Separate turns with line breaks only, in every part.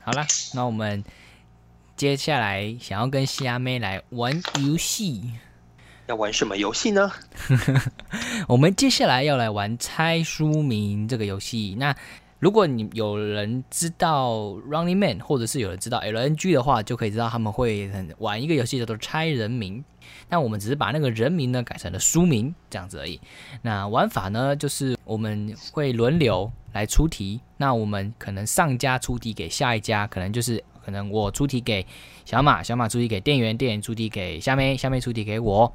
好啦，那我们接下来想要跟西亚妹来玩游戏，
要玩什么游戏呢？
我们接下来要来玩猜书名这个游戏。那如果你有人知道 Running Man，或者是有人知道 LNG 的话，就可以知道他们会很玩一个游戏叫做猜人名。那我们只是把那个人名呢改成了书名这样子而已。那玩法呢，就是我们会轮流来出题。那我们可能上家出题给下一家，可能就是可能我出题给小马，小马出题给店员，店员出题给虾妹，虾妹出题给我。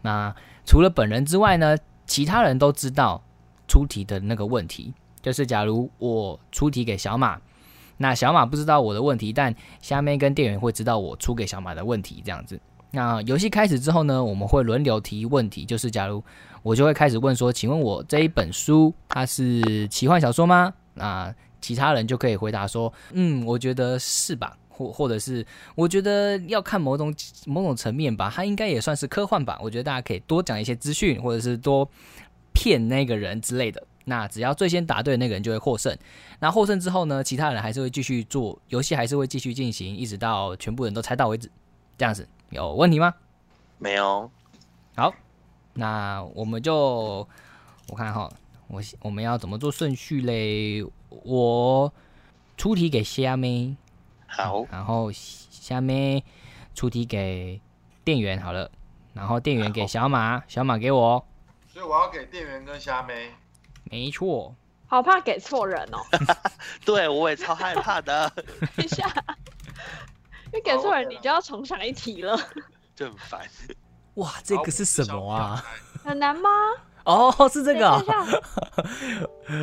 那除了本人之外呢，其他人都知道出题的那个问题。就是假如我出题给小马，那小马不知道我的问题，但虾妹跟店员会知道我出给小马的问题，这样子。那游戏开始之后呢，我们会轮流提问题，就是假如我就会开始问说，请问我这一本书它是奇幻小说吗？那其他人就可以回答说，嗯，我觉得是吧，或或者是我觉得要看某种某种层面吧，它应该也算是科幻吧。我觉得大家可以多讲一些资讯，或者是多骗那个人之类的。那只要最先答对的那个人就会获胜。那获胜之后呢，其他人还是会继续做游戏，还是会继续进行，一直到全部人都猜到为止。这样子有问题吗？
没有，
那我们就我看哈，我我们要怎么做顺序嘞？我出题给虾妹，
好，
然后虾妹出题给店员好了，然后店员给小马，小马给我，
所以我要给店员跟虾妹。
没错。
好怕给错人哦。
对我也超害怕的，
等一下，因为给错人，你就要重想一 题了，
就很烦。
哇，这个是什么啊？
很难吗？
哦，是这个啊、
等一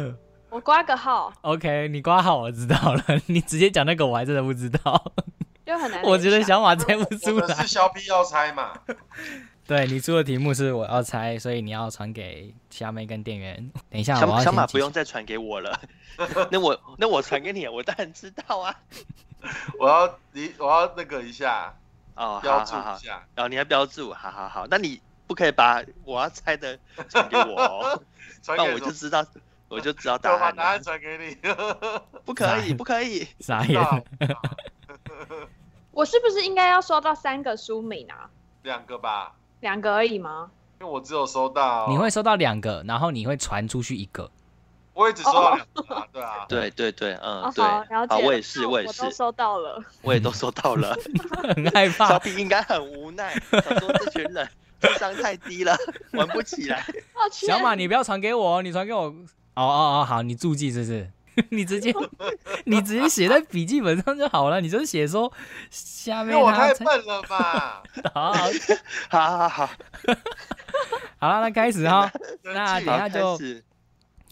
下， 我挂个号
OK，你挂好，我知道了。你直接讲那个，我还真的不知 道。
就很难联想。
我觉得小马
我
猜不出
我们是
来。
肖 P 要猜嘛？
对你出的题目是我要猜，所以你要传给虾妹跟店员。等一下，我要
小小
先
马
记
不用再传给我 了，那我那我传给你，我当然知道啊。
我要你，我要那个一下，
哦，
标
好
注
好
一
好，
下。
哦，你要标注，好好好，那你不可以把我要猜的传给我哦，
传
那
给
我
什
就
么
知道，我就知道答
我把
案
答案
了。
传给你。
不可 以，不可以，
傻 眼。
我是不是应该要收到三个书名啊？
两个吧，
两个而已吗？
因为我只有收到，
你会收到两个，然后你会传出去一个。
我也只收
哦
到两个啊，对啊，
对对对，
哦
嗯，，对，
好，了解
好，
了。
我也是，
那
我
我
也是
都，收到了。
我也都收 到了。
很害
小
怕。
比应该很无奈，想说这群人智商太 低了，玩不起来。
抱歉，
小马，你不要传给我，你传给我。哦哦哦，好，你注记是不是？ 你直 接，你直接写在笔记本上就好了。你就写说虾
因
妹
为我
她
太
猜。
笨了嘛。
好好
好好好，
好了，那开始 哈。那
生气
等一下
好
就
开始。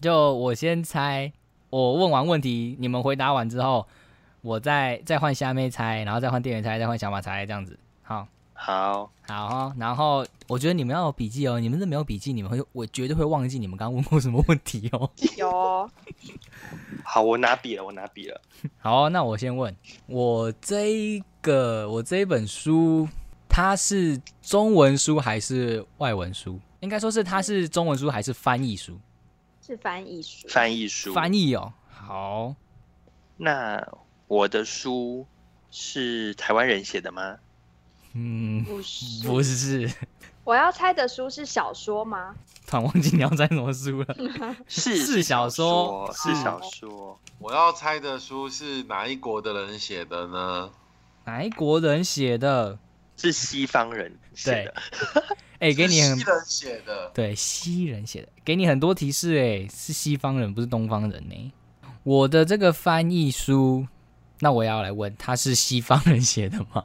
就我先猜，我问完问题，你们回答完之后，我再再换虾妹猜，然后再换店员猜，再换小马猜，这样子。好，
好，
好哦。然后我觉得你们要有笔记哦，你们这没有笔记，你们会我绝对会忘记你们刚刚问过什么问题哦。
有哦
好，我拿笔了，我拿笔了。
好哦，那我先问，我这一个我这一本书，它是中文书还是外文书？应该说是它是中文书还是翻译书？
是翻译书，
翻译书，
翻译哦。好，
那我的书是台湾人写的吗？
嗯，
不是。
不是，
我要猜的书是小说吗？
突然忘记你要猜什么书了。
是
是小
小
说
是
是
小说。
我要猜的书是哪一国的人写的呢？
哪一国人写的？
是西方人写的，
哎、给你
是
很
西人写的，
对西人写的，给你很多提示哎、是西方人不是东方人呢、我的这个翻译书，那我也要来问，他是西方人写的 吗？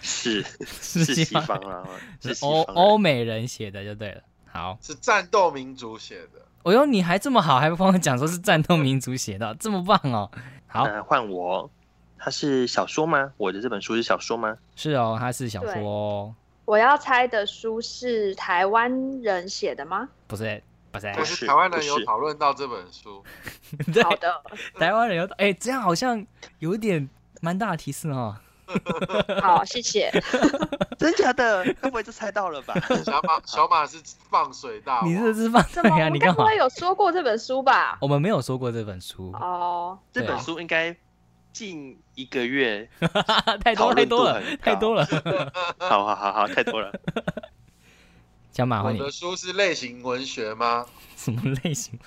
是
是
是西
方
方啊，是西
欧
方
欧
人。
美人写的就对了。好，
是战斗民族写的。
哎呦，你还这么好，还帮我讲说是战斗民族写的，这么棒哦。好，
那换我，它是小说吗？我的这本书是小说吗？
是哦，他是小说哦，
我要猜的书是台湾人写的吗？
不是不是，
但
不是
是台湾人
不
有
是
讨论到这本书，
对，
好的，
台湾人有哎、这样好像有点蛮大的提示哦。
好，谢谢。
真假的？该不会就猜 到了吧？
小马小马是放水大王，
你这是放
怎
对
么？
呀、
我
你
们
干
该
嘛
不？会有说过这本书吧？
我们没有说过这本书，
哦，
这本
对
书应该近一 个月，
太多
讨
太
论度
多了
很，高
太多了。
好好好好，太多了。
小马
我
换你
的书是类型文学吗？
什么类型？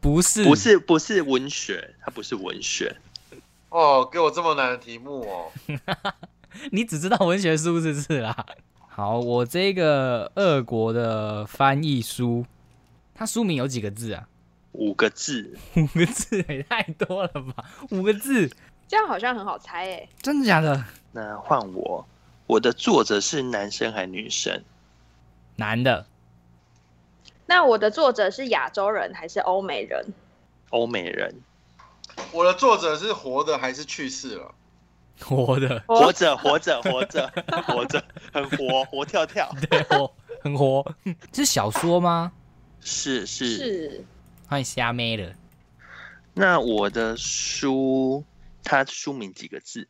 不是
不是不是文学，它不是文学，
哦，给我这么难的题目哦。
你只知道文学书是不是啦？好，我这个俄国的翻译书，它书名有几个字啊？
五个字，
五个字也太多了吧？五个字，
这样好像很好猜哎。
真的假的？
那换我，我的作者是男生还女生？
男的，
那我的作者是亚洲人还是欧美人？
欧美人，
我的作者是活的还是去世了？
活的，
活着活着活着活着，很活活跳跳。
对，活，很活。 这是小说吗？
是是
哦是
欢迎瞎妹了。
那我的书，它书名几个字？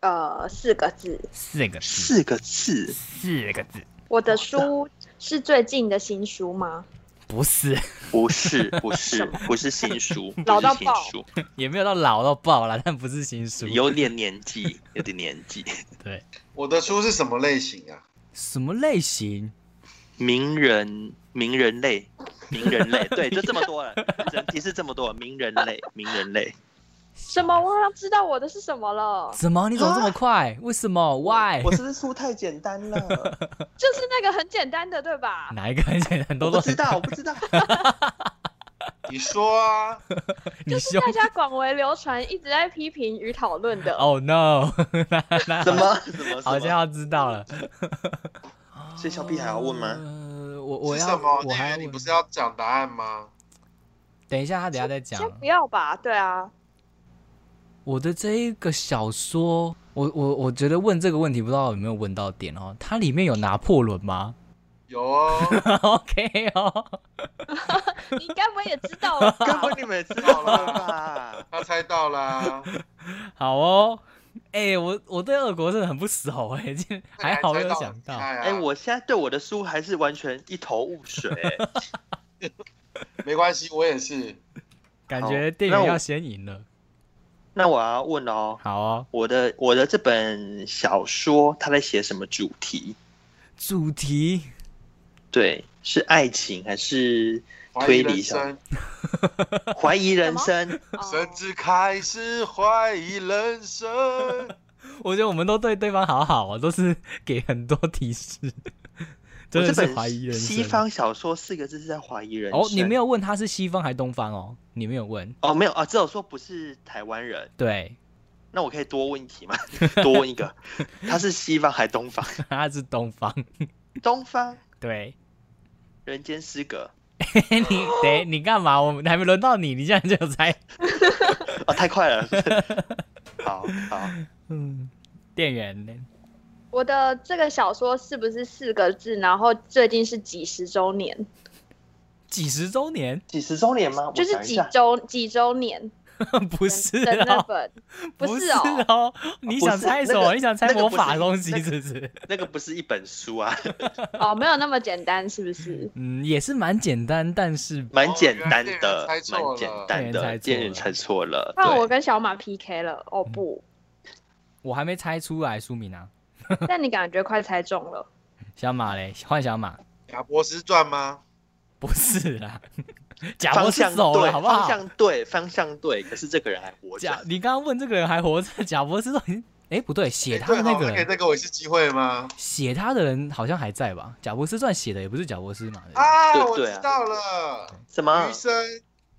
呃四个字。
四个字，
四个字。
四个字，
我的书是最近的新书吗？
不是，
不是，不是
什么，
不是新书，
老
不
到
是新
爆
书，
也没有到老到爆啦，但不是新书。
有点年纪，有点年纪。
对，
我的书是什么类型啊？
什么类型？
名人，名人类，名人类，对，就这么 多了。整提示这么多，名人类，名人类。
什么？我好像知道我的是什么了，
怎么？你怎么这么快？为什么？Why？
我是不是书太简单了？
就是那个很简单的，对吧？
哪一个很简单？很多
我
都
不
很
知道，我不知道。
你说啊，
你
就是
凶
大家广为流传，一直在批评与讨论的。
？Oh no！那那
什么 什么？
好像
什么？
要知道了。
所以小 B 还要问吗
呃我 我
是
要
什么？
我还
那
要
个你不
问
是要讲答案吗？
等一下，他等一下再讲
先。不要吧，对啊，
我的这一个小说，我我我觉得问这个问题不知道有没有问到点哦。它里面有拿破仑吗
有哦，
？OK 哦，
你该不会也知道了 吧？
根本你们也知道了吧？
他猜到啊 啦。
好哦。 哎、我我对俄国真的很不熟哎、今
啊
天
那你
还好没
猜
有
到
想到。
哎、
哎、我现在对我的书还是完全一头雾 水、哎
没关系，我也是。
感
好
觉店
那
员
我
要先赢了。
那我要问哦，
好哦，
我的我的这本小说，它在写什么主题？
主题
对，是爱情还是
怀疑
推理
人
小
生，
怀疑人生？
哦
甚至开始怀疑人生。
我觉得我们都对对方好好哦，都是 给很多提示，真
我
的
这
是
本
怀疑人生。
西方小说四个字是在怀疑人生。
哦，你没
有？
有问他是西方还是东方哦，你没有问。
哦，没有啊，只有说不是台湾人。
对，
那我可以多问一题吗？ 多问一 个，他是西方还是 东方？
他是东方。
东方，《
对， 哎
人间失格
你等你干嘛？我们还没轮到你，你现在就猜。》
哦，太 快了。是不是好好，
嗯，店员，
我的这个小说是不是四个字？然后最近是几十周年，
几十周年
几十周年哦吗？我
就是
想一
几
下
周几周年
不是
的那
哦，
本，
不
是
是
哦，
哦，你想猜什
那
么？
个
你想猜
那个
魔
不是
法的东西
那个
是不是？
那个不是一本书啊，
哦，没有那么简单，是不是？
嗯，也是蛮简单，但是
蛮简单
哦
的，
原来店
蛮
员猜错了
简单的。
店
店
员
员
猜
猜错了，
那我
对，
跟小马 PK 了，哦
嗯
不，
我还没猜出来书名啊。
但你感觉快猜中 了，
小马嘞，换小马，
亚伯斯传吗？
不是啦，假
方
博士
向
走了，
对，
好不
方
好？
向对，方向对，可是这个人还活
贾
着，。
你刚刚问这个人还活着，贾博士都已经，哎，不对，写
哎
他的
对
那
哦，
个
可以
人，
再给我一次机会吗？
写他的人好像还在吧？贾博士传写的也不是贾博士嘛？对不对
啊，
对
我
对啊嗯
知道了，
什 么
余？生。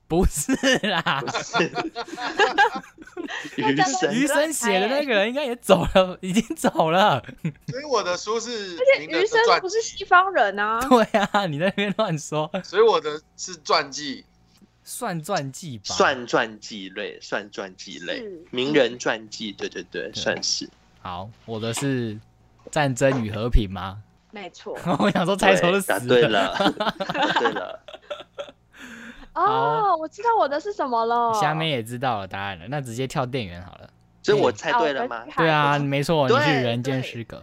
不是啦
不，是，
那
余
真的
余
生
是
生写的啊那个人应该也走了，已经走了。
所以我的书是名人
余
的
生
传
不，是西方 人啊，
对啊，你在那边乱说，
所以我的是传记。
算传记吧？
算传记类，算传记类
是，
名人传记，对对对，算是。
好，我的是《战争与和平》吗？
没错，
我想说猜错
对
了，死
答对。了，答对了。
好
哦，我知道我的是什么了，
虾妹也知道了答案了，那直接跳电源好了。
所以我猜
哦
对了吗？？
对啊，
我
没错，你是
对
人间
对
失格。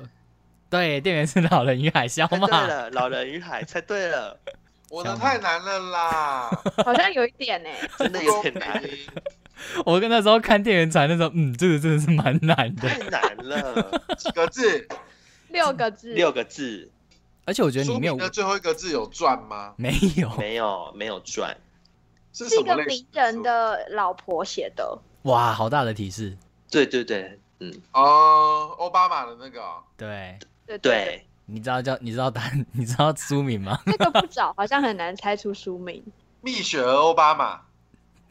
对，店员是老人与海啸
猜哎对
嘛？
了，老人与海，猜对了，
我的太难了啦，
好像有一点呢、欸
真的有点难
不公。平
我跟那时候看电源才那时候，嗯，这个真的是蛮难的。
太难了，
几个字？
六个字，
六个字
而且我觉得
书
里面
名的最后一个字有转吗？
没有
没有没有转，
是
是
什
一
么
个
类
名
型
人
书
的老婆写的，
哇，好大的提示。
对对对，嗯，
哦，奥巴马的那个哦
对，
对对，
对，
你知道叫你知道答案， 你知道书名吗？
这个不找好像很难猜出书名。
蜜雪儿奥巴马，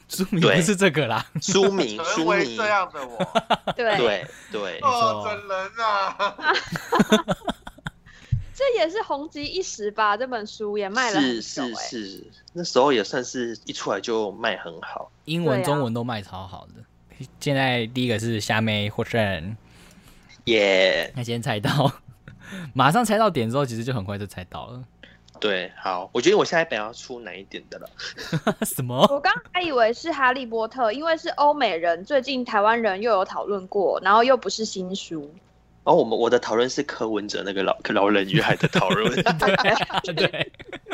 书名
对
不是这个啦。
书 名
成
书
为
名
这，样 的我，
对，
对对
错
哦，整人啊！
这也是红极一时吧？这本书也卖了
是
很久、
是
欸，
是，那时候也算是一出来就卖很好。
英文、
对啊
中文都卖超好的。现在第一个是虾妹获胜，
耶、
那先猜到， 马上猜到点之后，其实就很快就猜到了。
对，好，我觉得我下一本要出难一点的了。
什 么？
我刚还以为是《哈利波特》，因为是欧美人，最近台湾人又有讨论过，然后又不是新书。
然哦后我们我的讨论是柯文哲那个老老人与海的讨论，
对。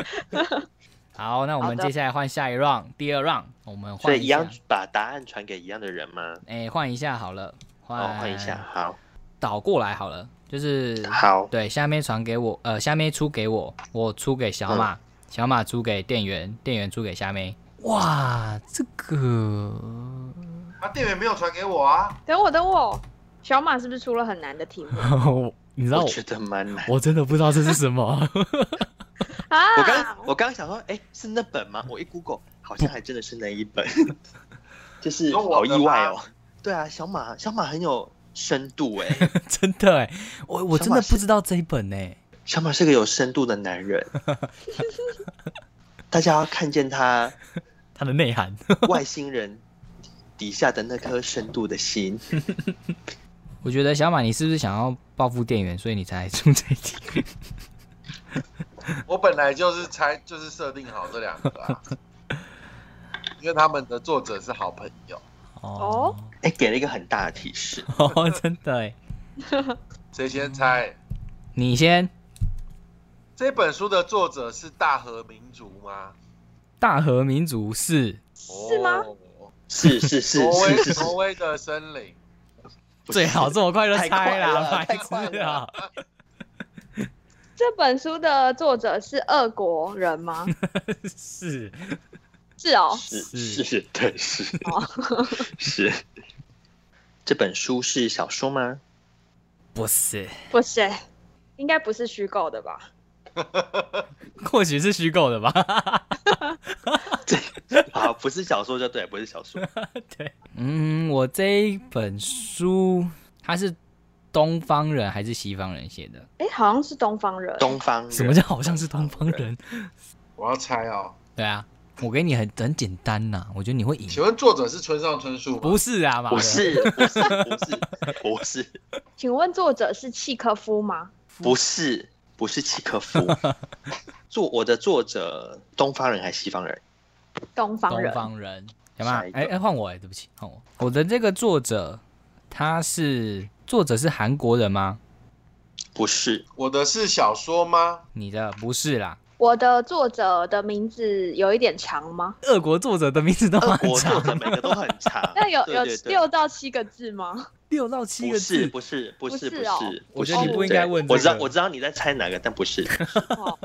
好，那我们
好的
接下来换下一 round，第二 round，我们
所
换
以一
下
样把答案传给一样的人吗？
哎，换、一下好了，换
哦，换一下，，好，
倒过来好了，就是
好
对，下面传给我，呃，下面出给我，我出给小
嗯
马，小马出给店员，店员出给下面。哇，这个
啊，店员没有传给我啊，
等我，等我，小马是不是出了很难的题目
你知道
我
我
觉得蛮难。
我真的不知道这是什么，
啊？
我刚我刚刚想说，哎、是那本吗？我一 Google，好像还真的是那一本， 就是
有我
好
的
意外哦。对啊，小马小马很有深度哎、
真的哎，我我
小
真
马
的
是
不知道这一本哎，
小马是个有深度的男人，大家要看见他
它的内涵。
外星人底下的那颗深度的心。
我觉得小马，你是不是想要报复店员，所以你才出这一 题？
我本来就是猜，就是设定好这两个 啊，因为他们的作者是好朋友。
哦
哎、给了一个很大的提示，
哦， 真的哎，
谁
嗯
先猜？
你先
这本书的作者是大和民族吗？
大和民族是
是吗
哦？
是是是
挪威
是是是
挪，威的森林，
不是
最好这么快就猜
太快
啦，
了
白
太快
痴啊！
这本书的作者是俄国人吗？
是
是哦，
是
是
是是，对是
哦
是。这本书是小说吗？
不是？
不是，应该不是虚构的吧？
或许是虚构的吧？
啊，不是小说就对，不是小说。
对，嗯，我这一本书它是东方人还是西方人写的？
哎，好像是东方人。
东方人
什么叫好像是东方？人？
我要猜哦。
对啊，我给你很很简单呐、我觉得你会赢。
请问作者嗯是村上春树吗？
不是啊，马
不
德
是不是不是不是
请问作者是契科夫吗？
不是不是契科夫。作我的作者东方人还是西方人？
东方
东
人。
方人，行吧
下一？个
哎哎，换我哎，对不起，换我。我的这个作者，他是作者是韩国人吗？
不是
我的是小说吗？
你的不是啦，
我的作者的名字有一点长吗？，
俄国作者的名字都
俄
蛮
国作
长，
者每个都很长
那有
啊对
有
对对
六到七个 字吗？
六到七
不
个
是
字，
不是不是
不
不
是哦
是，
我觉
得你
是
不
应该
对
问
我
这
知道
个
我知道你在猜哪个，但不是。
哦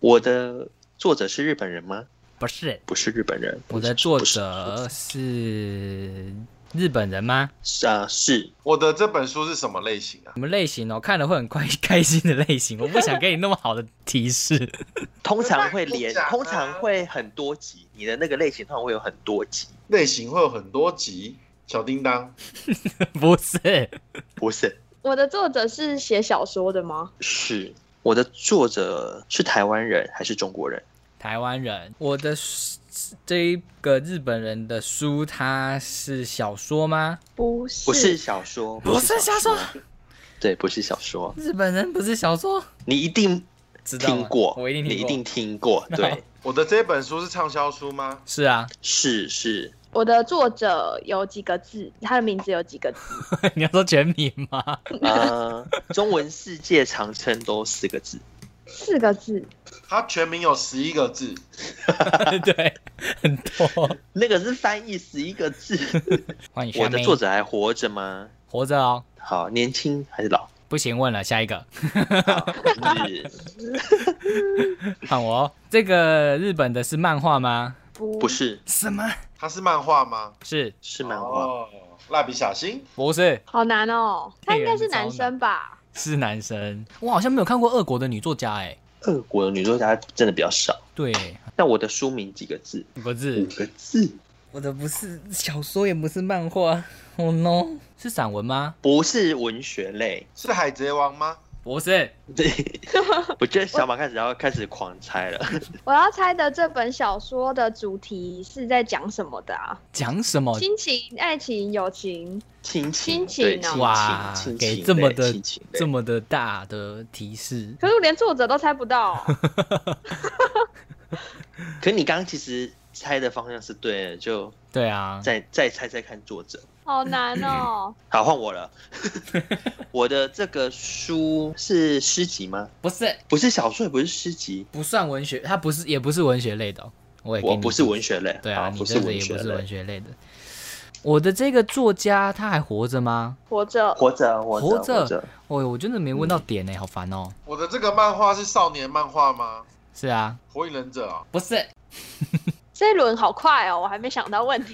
我的作者是日本人吗？
不是。
不是日本人。
我的作
不是
者是日本人吗？
是啊，是
我的这本书是什么类型啊？
什么类型哦？看了会很快开心的类型，我不想给你那么好的提示。
通常会连
那，不
通
讲啊
常会很多集。你的那个类型通常会有很多集，
类型会有很多集。小叮当，
不是，
不是？
我的作者是写小说的吗？
是我的作者是台湾人还是中国人？
台湾人。我的书这一个日本人的书，它是小说吗？
不是，
不是小说，
不是小说，
对，不是小说。
日本人不是小说，
你一定
知道吗
听过，
我一定听
你
过，
一定听过， 对，
我的这本书是畅销书吗？
是啊。
是是，
我的作者有几个字？他的名字有几个字？
你要说全名吗？
呃，中文世界常称都四个字，
四个字，
它全名有十一个字，
对，很多。
那个是翻译十一 个字。
欢迎
我
下
的
面
作者还活着吗？
活着哦，
好，年轻还 是老？
不行，问了下一个，
是
看我哦。这个日本的是漫画吗？
不
不是
什么？
它是漫画吗？
是
是漫画，
哦，蜡笔小新，
不是？
好难哦，他应该是男
那个人
生吧？
是男生。我好像没有看过俄国的女作家哎、
俄国的女作家真的比较少。
对，
但我的书名几个字？
五个
五
字。
个字？
我的不是小说，也不是漫画。Oh no，是散文吗？
不是文学 类。
是海贼王吗？
不是。
对，我觉得小马开始要开始狂猜了。
我要猜的这本小说的主题是在讲什么的啊？
讲什
哦
么？
亲情、爱情、友情，
亲情，
亲
对
情哦
哇
亲
给
情，亲情类
这么的
亲情类
这么的大的提示？
可是我连作者都猜不到。哦
可你刚刚其实猜的方向是对的，就
对啊，
再再猜猜看作者。
好难 哦！
好，换 我了。我的这个书是诗集吗？
不是，
不是小说，也不是诗集，
不算文学，它不是，也不是文学类的哦、我也给
我
你
不是文学类。
对
好
啊，你
不
这
是
个
文
也
学
不是文
类。
学类的。我的这个作家他还活着吗？
活着，
活着，活
活着
着，活着。
哦，我真的没问到点
嗯
呢、好烦哦。
我的这个漫画是少年漫画吗？
是啊，
火影忍者哦，
不是，
这一轮好快哦，我还没想到 问题。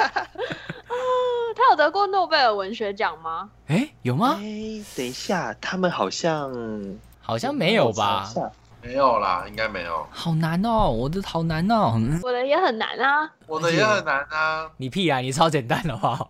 啊，他有得过诺贝尔文学奖吗？
哎，有吗？
哎，等一下，他们好像
好像没有吧？
没有啦，应该没有。
好难哦，我的好难哦。 嗯
我的也很难啊。
我的也很难啊。
你屁啊，你超简单的话，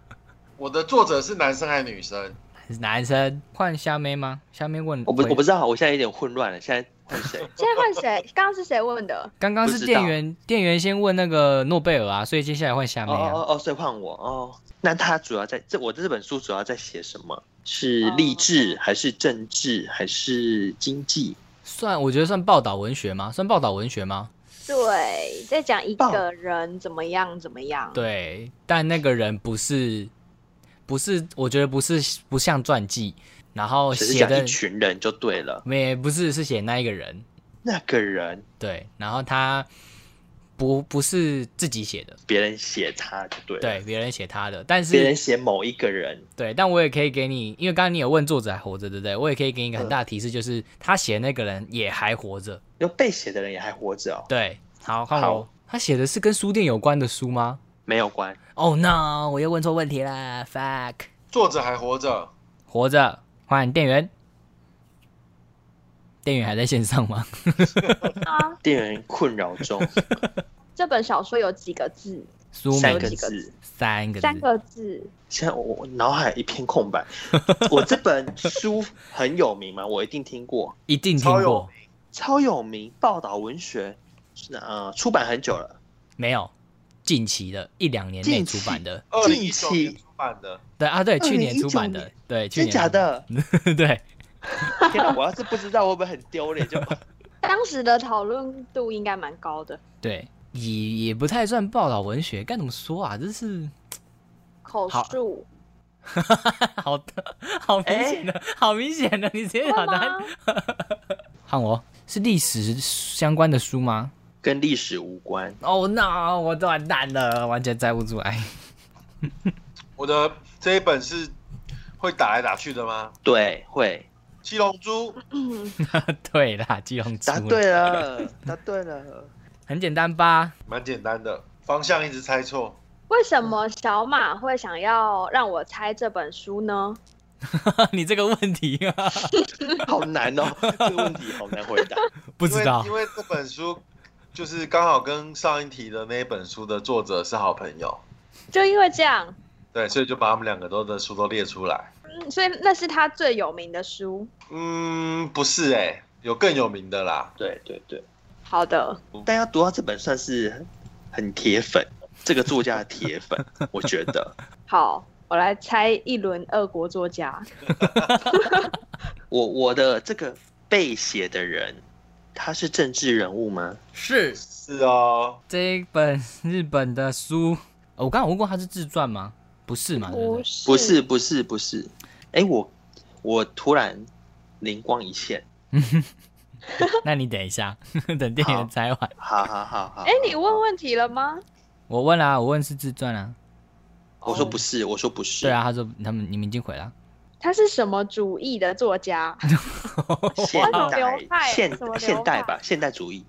我的作者是男生还是女生？
男生换虾妹吗？虾妹问，
我不我不知道，我现在有点混乱了。现在换 谁？
现在换谁？刚刚是谁问的？
刚刚
不
是
知
店
道
员，店员先问那个诺贝尔啊，所以接下来换虾妹
哦
啊。
哦哦，所以换我哦。那他主要在这我的这本书主要在写什么？是
哦
励志还是政治还是经济？
算，我觉得算报道文学吗？算报道文学吗？
对，在讲一
报
个人怎么样怎么样。，
对，但那个人不是，不是，我觉得不是不像传记，然后
只是
写
讲
的
一群人就对了。
没不是是写那一个人，
那个人
对，然后他不不是自己写的，
别人写他就对了，
对，别人写他的，但
别人
是
写某一个人，
对，但我也可以给你，因为刚刚你有问作者还活着，对不对？我也可以给你一个很大的提示，就是他写那个人也还活着，
就被写的人也还活着哦，
对，好，看我
好，
他写的是跟书店有关的书吗
没有关。
？Oh no，我又问错问题啦，fuck，
作者还活着，
活着，换店员，店员还在线上吗？
啊，
店员困扰中，
这本小说有几个字？
书
三
名
个
几个
字。
三个字
三个字。
现在我我脑海一片空白。 我这本书很有名吗？我一定听过。
一定听
超有
过
超有名，报道文学，是呃，出版很久了，
没有？近期的一两年内
近
出
期
版的，
二零一
近
九年
期
出版的。
对啊，对，去年
2019
出版的
年，
对，去
真
年
假的？
出版的， 对，
天哪，我要是不知道会不会很丢 脸？就
当时的讨论度应该蛮高的，
对，也也不太算报道文学，该怎么说啊？这是
口
好
述
好的，好明显的，好明显的，你直接
会
把答
吗
案？看我是历史相关的书吗？
跟历史无关。
哦，那我都完蛋了，完全猜不出来。
我的这一本是会打来打去的吗？
对，会
七龙珠，
嗯，
对啦，基隆
答
猪，
对了， 答对了。
很简单吧？
蛮简单的，方向一直猜错。
为什么小马会想要让我猜这本书呢？
你这个问题啊，
好难哦，这个问题好难回答。
不
因为
知道
因为这本书就是刚好跟上一题的那一本书的作者是好朋友，
就因为这样，
对，所以就把他们两个都的书都列出来。
嗯所以那是他最有名的书。
嗯，不是哎、有更有名的啦。
对对对，
好的，
大家读到这本算是很铁粉，这个作家的铁粉，我觉得。
好，我来猜一轮俄国作家。
我我的这个被写的人，他是政治人物吗？
是
是哦，
这一本日本的书。哦我刚刚有问过他是自传吗？不是嘛？对不
不
对？
是，
不是，不是不是，哎、我我突然灵光一现，
那你等一下， 等店员拆完。
好好好好。
哎，你问问题了吗？
我问啦、我问是自传啊。
我说不是，我说不是。
哦对，啊，他说他们你们已经回了。
他是什么主义的作家？
现
哇
代
流派
现
什么流派
现代吧，现代主义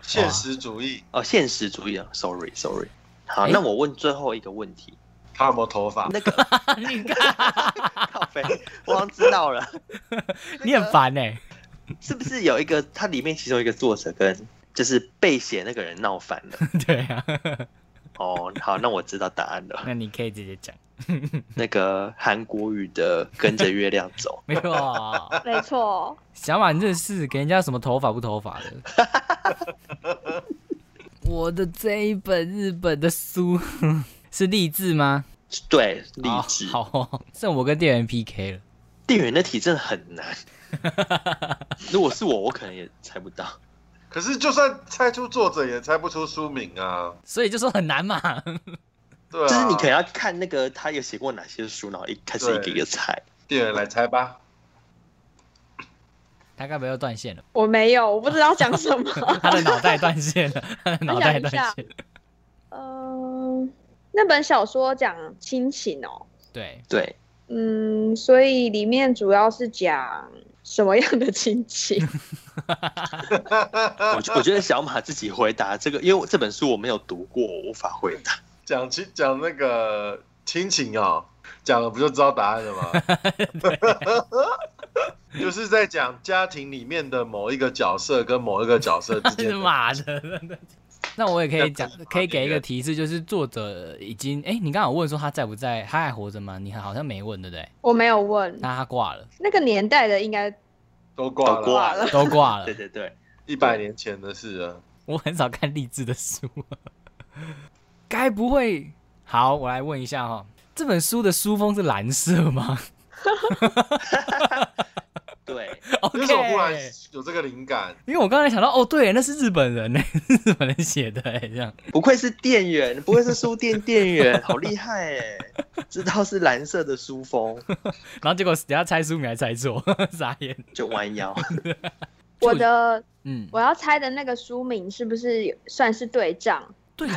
现实主义，
哦，现实主义啊，sorry sorry。好，
哎
那我问最后一个问 题，
他有没有头发？
那个
你看，
靠肥，我好像知道了，
你很烦哎、
是不是有一个它里面其中一个作者跟就是被写那个人闹翻了？
对啊，
哦，好，那我知道答案了。
那你可以直接讲，
那个韩国语的《跟着月亮 走
没错。
没错，
小马，你这是给人家什么头发不头发的？我的这一本日本的书 是励志吗？》，
对，励志。
好好 哦，剩我跟店员 PK 了。
店员那题真的很难，如果是我，我可能也猜不到。
可是就算猜出作者，也猜不出书名啊。
所以就说很难嘛，
对啊，
就是你可 能要看那个他有写过哪些书，然后一开始一个
对
一个猜。
店员来猜吧。
他该不会又断线了？
我没有，我不知道讲什么。
他 的脑袋断线了， 他的脑袋断
我想
线。
嗯，那本小说讲亲情哦，
对，
对，
嗯，所以里面主要是讲什么样的亲 情？
我我觉得小马自己回答这个，因为我这本书我没有读过，我无法回答。
讲亲讲那个亲情哦，讲了不就知道答案了吗？ 就是在讲家庭里面的某一个角色跟某一个角色之 间的。
妈的，真的 那我也可以讲，可以给一个提示，就是作者已经，哎、你刚好问说他在不在，他还活着吗？你好像没问，对不对？
我没有问，
那他挂了，
那个年代的应该
都挂
都挂
了，
了
都挂了
对。对对，
一百年前的事了。
我很少看励志的书， 该不会？好，我来问一下哈、这本书的书封是蓝色吗
对，
为
？OK，
什么忽然有这个灵感？
因为我刚才想到，哦，对，那是日本人 呢，日本人写的哎，这样
不愧是店员，不愧是书店店员，好厉害哎！知道是蓝色的书封，
然后结果等下猜书名还猜错， 傻眼。
就弯腰。
就
我的
嗯，
我要猜的那个书名是不是算是对仗？
对，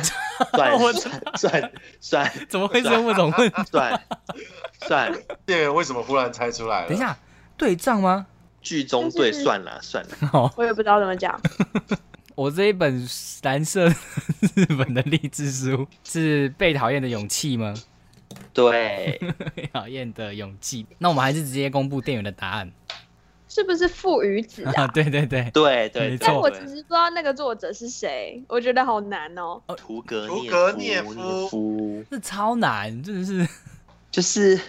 算
我
算算算
怎么会是问这种问？
算算，
店员为什么忽然猜出来 了？
等一，下，对账吗？
剧中对算啦算啦，
好，
我也不知道怎么讲。
我这一本蓝色日本的励志书是《被讨厌的勇气》吗？
对，
被讨厌的勇气。那我们还是直接公布店员的答案
是不是父与子啊？
啊！ 对对对，
对对
没
对，
错
但我其实不知道那个作者是谁，我觉得好难哦。
图格
图
涅
格
夫
涅
涅
夫
夫
这超难，真的是。
就是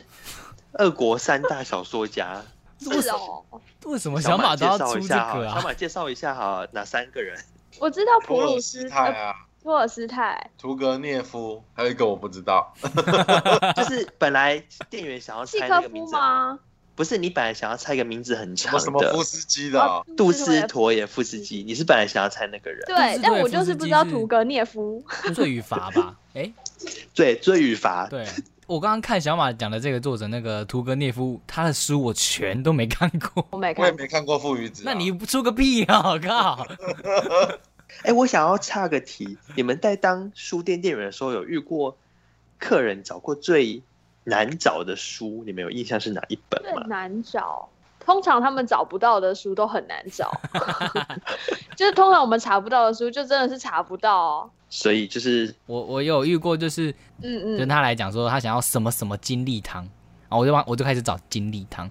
俄国三大小 说家。
是哦，
为什么小马都
介
要
绍
出
一
这
下
个
哈，小
啊？
马介绍一下哈，哪三个人？
我知道
普
普
鲁
鲁
斯
斯
泰
特、
啊，
托尔斯泰、
图格涅夫，还有一个我不知道，
就是本来店员想要
契
猜那
科
个名
夫
字，
吗？
不是你本来想要猜一个名字很
什
长
么
的
什么夫斯基的哦、
哦
杜斯。妥也夫斯基，你是本来想要猜那个人。
杜
对，
斯妥
但
也
我
夫
就
斯
是不
基
知道
是
图格涅夫。
罪与罚吧？哎，
对，追与罚，
对。我刚刚看小马讲的这个作者，那个屠格涅夫，他的书我全都没看过。
我没
我也
看，
没看过《父与子、啊》。
那你不出个屁啊！我靠，
哎，我想要岔个题，你们在当书店店员的时候，有遇过客人找过最难找的书，你们有印象是哪一本
最
吗？
难找。通常他们找不到的书都很难 找， 就是通常我们查不到的书，就真的是查不到哦。
所以就是
我我有遇过，就是
嗯
跟
嗯，
他来讲说他想要什么什么金利汤，然后我就往我就开始找金利汤，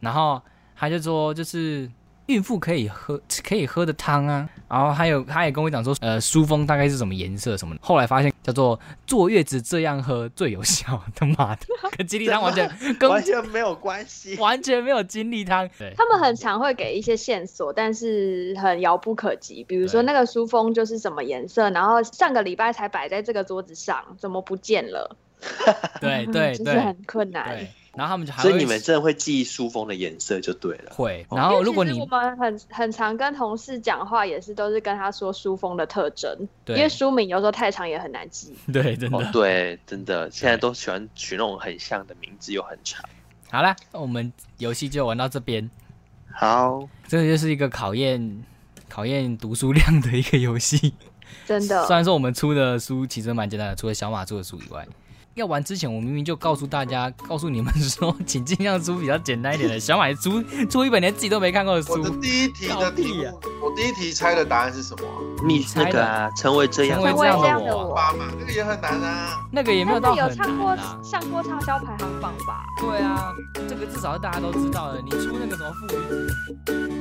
然后他就说就是孕妇可以喝可以喝的汤啊，然后还有他也跟我讲说呃书封大概是什么颜色什么的，后来发现叫做坐月子这样喝最有效，他妈的 跟金利汤完全跟
完全没有关系。
完全没有金利汤，对
他们很常会给一些线索，但是很遥不可及。比如说
对
那个书封就是什么颜色，然后上个礼拜才摆在这个桌子上，怎么不见了？
对
嗯
对
就是
对
很困难
对。，然后他们就还
所
会
以你们真的会记书封的颜色就对了。
会，
哦
然
因
后
为
如果
其实
你
我们很很常跟同事讲话，也是都是跟他说书风的特征，因为
对
书名有时候太长也很难记。
对真
哦
的，
对，真的，现在都喜欢取那种很像的名字又很长。
好啦，我们游戏就玩到这边。
好，
真的就是一个考验考验读书量的一个游戏。
真的
虽。然说我们出的书其实蛮简单的，除了小马出的书以外，要玩之前我明明就告诉大家，告诉你们说，请尽量出比较简单一点的。小马出出一本连自己都没看过的
我的
书，
第一题的题
到
目，我第一题猜的答案是什么啊？
你那个啊，成为这样
成为
这样的
的
我
爸妈那个也很难啊。
那个也没有
但
到
是有
很
上过
难啊。
上过畅销排行榜吧？
对啊，这个至少是大家都知道的。你出那个什么富余